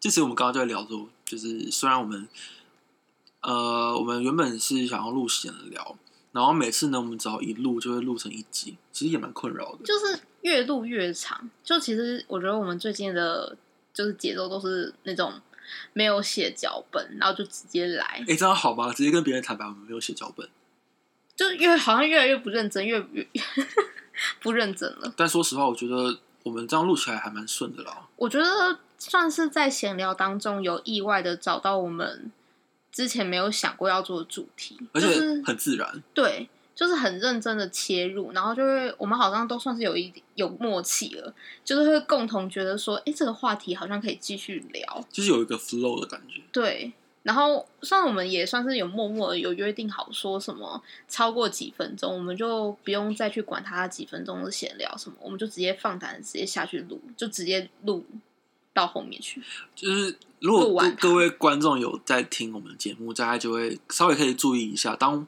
其实我们刚刚就在聊说，就是虽然我们呃，我们原本是想要录闲聊，然后每次呢，我们只要一录就会录成一集，其实也蛮困扰的。就是越录越长。就其实我觉得我们最近的，就是节奏都是那种没有写脚本，然后就直接来哎、，这样好吧，直接跟别人坦白我们没有写脚本，就是越好像越来越不认真，越 越不认真了。但说实话，我觉得我们这样录起来还蛮顺的啦。我觉得算是在闲聊当中有意外的找到我们之前没有想过要做的主题，而且就是很自然，对，就是很认真的切入，然后就会我们好像都算是有一有默契了，就是会共同觉得说，哎，这个话题好像可以继续聊，就是有一个 flow 的感觉。对。然后，算我们也算是有默默地有约定好，说什么超过几分钟，我们就不用再去管他几分钟的闲聊什么，我们就直接放胆直接下去录，就直接录到后面去。就是如果录各完啊各位观众有在听我们的节目，大家就会稍微可以注意一下，当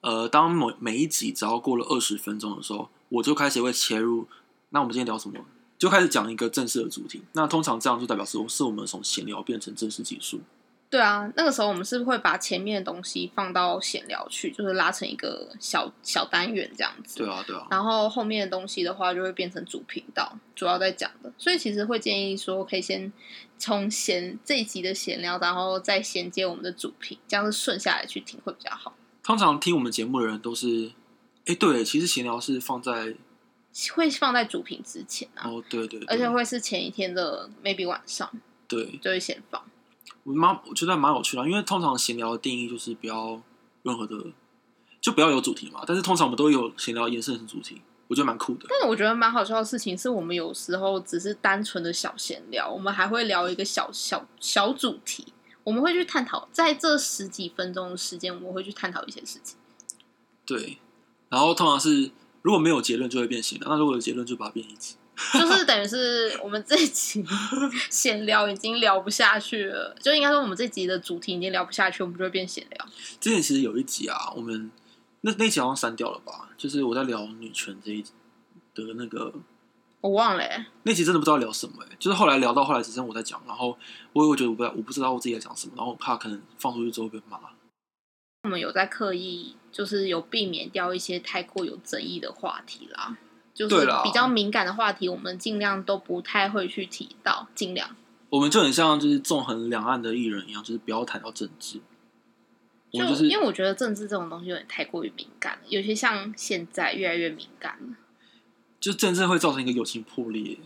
呃当每每一集只要过了二十分钟的时候，我就开始会切入。那我们今天聊什么？就开始讲一个正式的主题。那通常这样就代表是是我们从闲聊变成正式结束。对啊，那个时候我们是会把前面的东西放到闲聊去，就是拉成一个小小单元这样子。对啊，对啊，然后后面的东西的话，就会变成主频道主要在讲的，所以其实会建议说，可以先从闲这一集的闲聊，然后再衔接我们的主频，这样子顺下来去听会比较好，通常听我们节目的人都是，哎，对，其实闲聊是放在会放在主频之前啊，哦，对对对，而且会是前一天的 maybe 晚上对，就会先放。我蛮我觉得蛮有趣的，啊因为通常闲聊的定义就是不要任何的，就不要有主题嘛。但是通常我们都有闲聊延伸成主题，我觉得蛮酷的。但我觉得蛮好笑的事情是，我们有时候只是单纯的小闲聊，我们还会聊一个小小小主题，我们会去探讨，在这十几分钟的时间，我们会去探讨一些事情。对，然后通常是如果没有结论就会变闲聊，那如果有结论就把它变一集。 就是等于是我们这一集闲聊已经聊不下去了，就应该说我们这集的主题已经聊不下去，我们就会变闲聊。之前其实有一集啊，我们那那集好像删掉了吧？就是我在聊女权这一集的那个我忘了、欸，那集真的不知道聊什么、欸，就是后来聊到后来只剩我在讲，然后我也会觉得我不我不知道我自己在讲什么，然后我怕可能放出去之后被骂。我们有在刻意就是有避免掉一些太过有争议的话题啦，就对是啦比较敏感的话题，我们尽量都不太会去提到，尽量。我们就很像就是纵横两岸的艺人一样，就是不要谈到政治。我就们就是因为我觉得政治这种东西有点太过于敏感了，有些像现在越来越敏感了。就政治会造成一个友情破裂。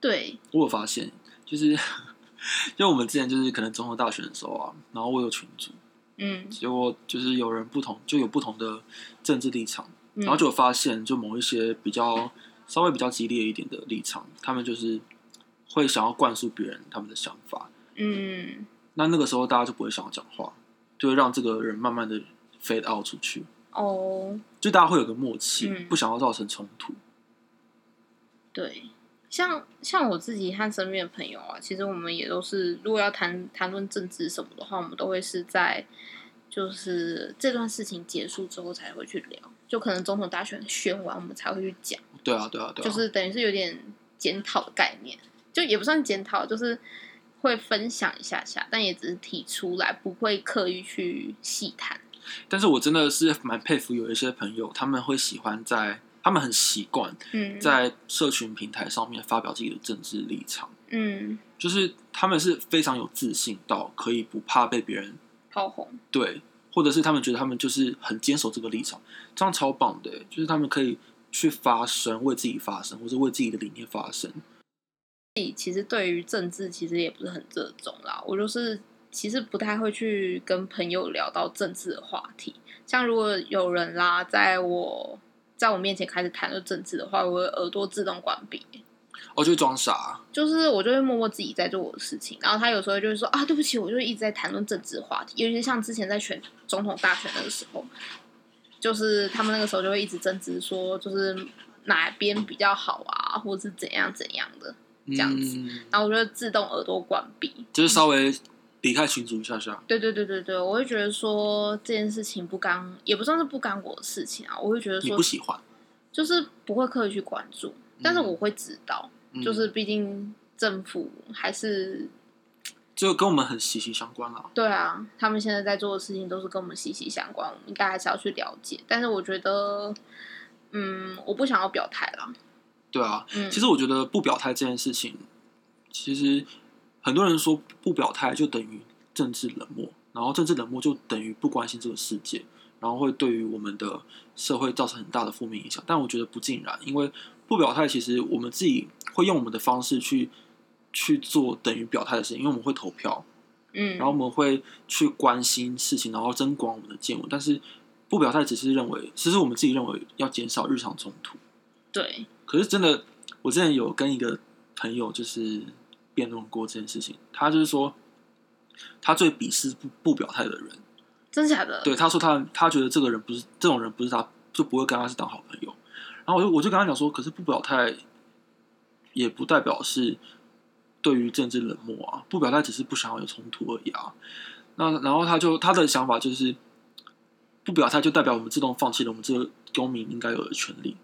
对，我有发现，就是 就我们之前就是可能总统大选的时候啊，然后我有群组，嗯，结果就是有人不同就有不同的政治立场，嗯然后就有发现就某一些比较稍微比较激烈一点的立场，他们就是会想要灌输别人他们的想法，嗯，那那个时候大家就不会想要讲话，就会让这个人慢慢的 fade out 出去。哦，就大家会有个默契，嗯不想要造成冲突。对，像像我自己和身边的朋友啊，其实我们也都是，如果要谈谈论政治什么的话，我们都会是在就是这段事情结束之后才会去聊，就可能总统大选选完，我们才会去讲。对啊，对啊，对啊，就是等于是有点检讨的概念，就也不算检讨，就是会分享一下下，但也只是提出来，不会刻意去细谈。但是我真的是蛮佩服有一些朋友，他们会喜欢在，他们很习惯嗯，在社群平台上面发表自己的政治立场，嗯，就是他们是非常有自信到可以不怕被别人炮红，对，或者是他们觉得他们就是很坚守这个立场，这样超棒的欸、就是他们可以去发声，为自己发声，或者为自己的理念发声。自己其实对于政治其实也不是很热衷啦，我就是。其实不太会去跟朋友聊到政治的话题，像如果有人啦，在我在我面前开始谈论政治的话，我的耳朵自动关闭。哦，就会装傻，就是我就会默默自己在做我的事情，然后他有时候就会说啊，对不起，我就一直在谈论政治话题，尤其像之前在选总统大选那个时候，就是他们那个时候就会一直争执说，就是哪边比较好啊，或者是怎样怎样的，这样子然后我就自动耳朵关闭。嗯就是稍微离开群组一下下。对对对对对，我会觉得说这件事情不干，也不算是不干我的事情啊，我会觉得你说不喜欢，就是不会刻意去关注，但是嗯我会知道，嗯就是毕竟政府还是就跟我们很息息相关啊。对啊，他们现在在做的事情都是跟我们息息相关，我们应该还是要去了解。但是我觉得，嗯，我不想要表态啦。对啊，嗯，其实我觉得不表态这件事情，其实很多人说不表态就等于政治冷漠，然后政治冷漠就等于不关心这个世界，然后会对于我们的社会造成很大的负面影响。但我觉得不尽然，因为不表态，其实我们自己会用我们的方式去去做等于表态的事情，因为我们会投票，嗯，然后我们会去关心事情，然后增广我们的见闻。但是不表态只是认为，其实我们自己认为要减少日常冲突。对，可是真的，我之前有跟一个朋友就是辩论过这件事情，他就是说，他最鄙视不不表态的人。真假的？对，他说他他觉得这个人不是这种人，不是他就不会跟他是当好朋友。然后我就我就跟他讲说，可是不表态也不代表是对于政治冷漠啊，不表态只是不想要有冲突而已啊。那然后他就他的想法就是，不表态就代表我们自动放弃了我们这个公民应该有的权利。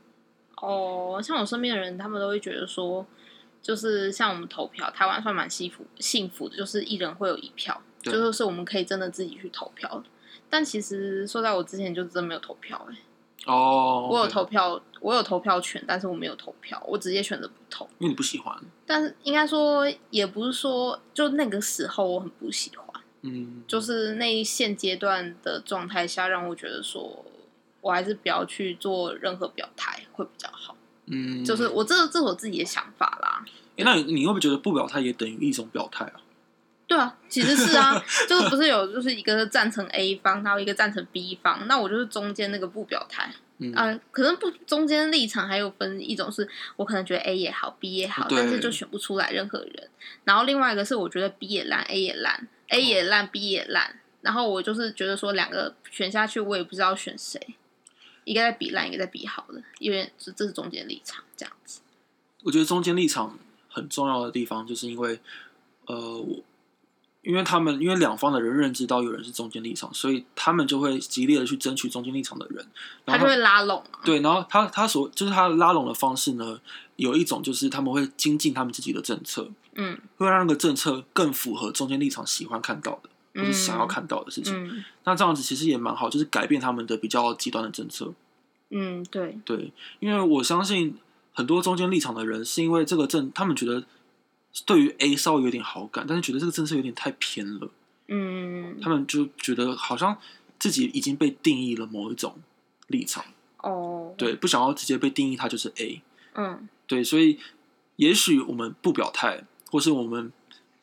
哦，像我身边的人，他们都会觉得说，就是像我们投票，台湾算蛮幸福幸福的，就是一人会有一票，对就是我们可以真的自己去投票。但其实说在我之前就真没有投票、欸，哦，我有 OK 投票，我有投票权，但是我没有投票，我直接选择不投。因为你不喜欢，但是应该说，也不是说就那个时候我很不喜欢，嗯，就是那一现阶段的状态下，让我觉得说我还是不要去做任何表态会比较好。嗯，就是我这这是我自己的想法啦。诶那你你会不会觉得不表态也等于一种表态啊？对啊，其实 是啊，就是不是有就是一个赞成 A 方，然后一个赞成 B 方，那我就是中间那个不表态嗯，啊、可能不中间立场还有分一种是我可能觉得 A 也好，B 也好，对但是就选不出来任何人。然后另外一个是我觉得 B 也烂，A 也烂，A 也哦烂，B 也烂，然后我就是觉得说两个选下去，我也不知道选谁，一个在比烂，一个在比好的，因为这这是中间立场这样子。我觉得中间立场很重要的地方，就是因为呃，我因为他们因为两方的人认知到有人是中间立场，所以他们就会极力的去争取中间立场的人，他然就后会拉拢啊，对，然后他他所就是他拉拢的方式呢，有一种就是他们会精进他们自己的政策，嗯会让那个政策更符合中间立场喜欢看到的，或是想要嗯看到的事情。嗯那这样子其实也蛮好，就是改变他们的比较极端的政策。嗯，对，对，因为我相信很多中间立场的人是因为这个政，他们觉得对于 A 稍微有点好感，但是觉得这个政策有点太偏了，嗯。他们就觉得好像自己已经被定义了某一种立场，哦，，对，不想要直接被定义它就是 A，嗯对，所以也许我们不表态，或是我们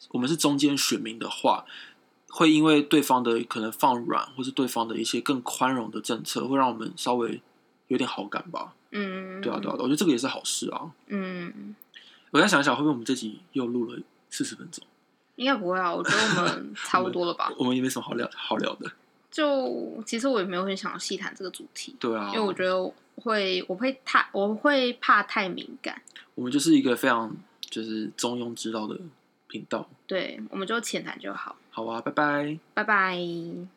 我们是中间选民的话。会因为对方的可能放软，或是对方的一些更宽容的政策，会让我们稍微有点好感吧？嗯，对啊，对啊，对啊我觉得这个也是好事啊。嗯，我再想一想，会不会我们这集又录了四十分钟？应该不会啊，我觉得我 们差不多了吧？我们也没什么好聊好聊的。就其实我也没有很想要细谈这个主题，对啊，因为我觉得会我会太我会怕太敏感，我们就是一个非常就是中庸之道的频道。对，我们就浅谈就好，好啊，拜拜。拜拜。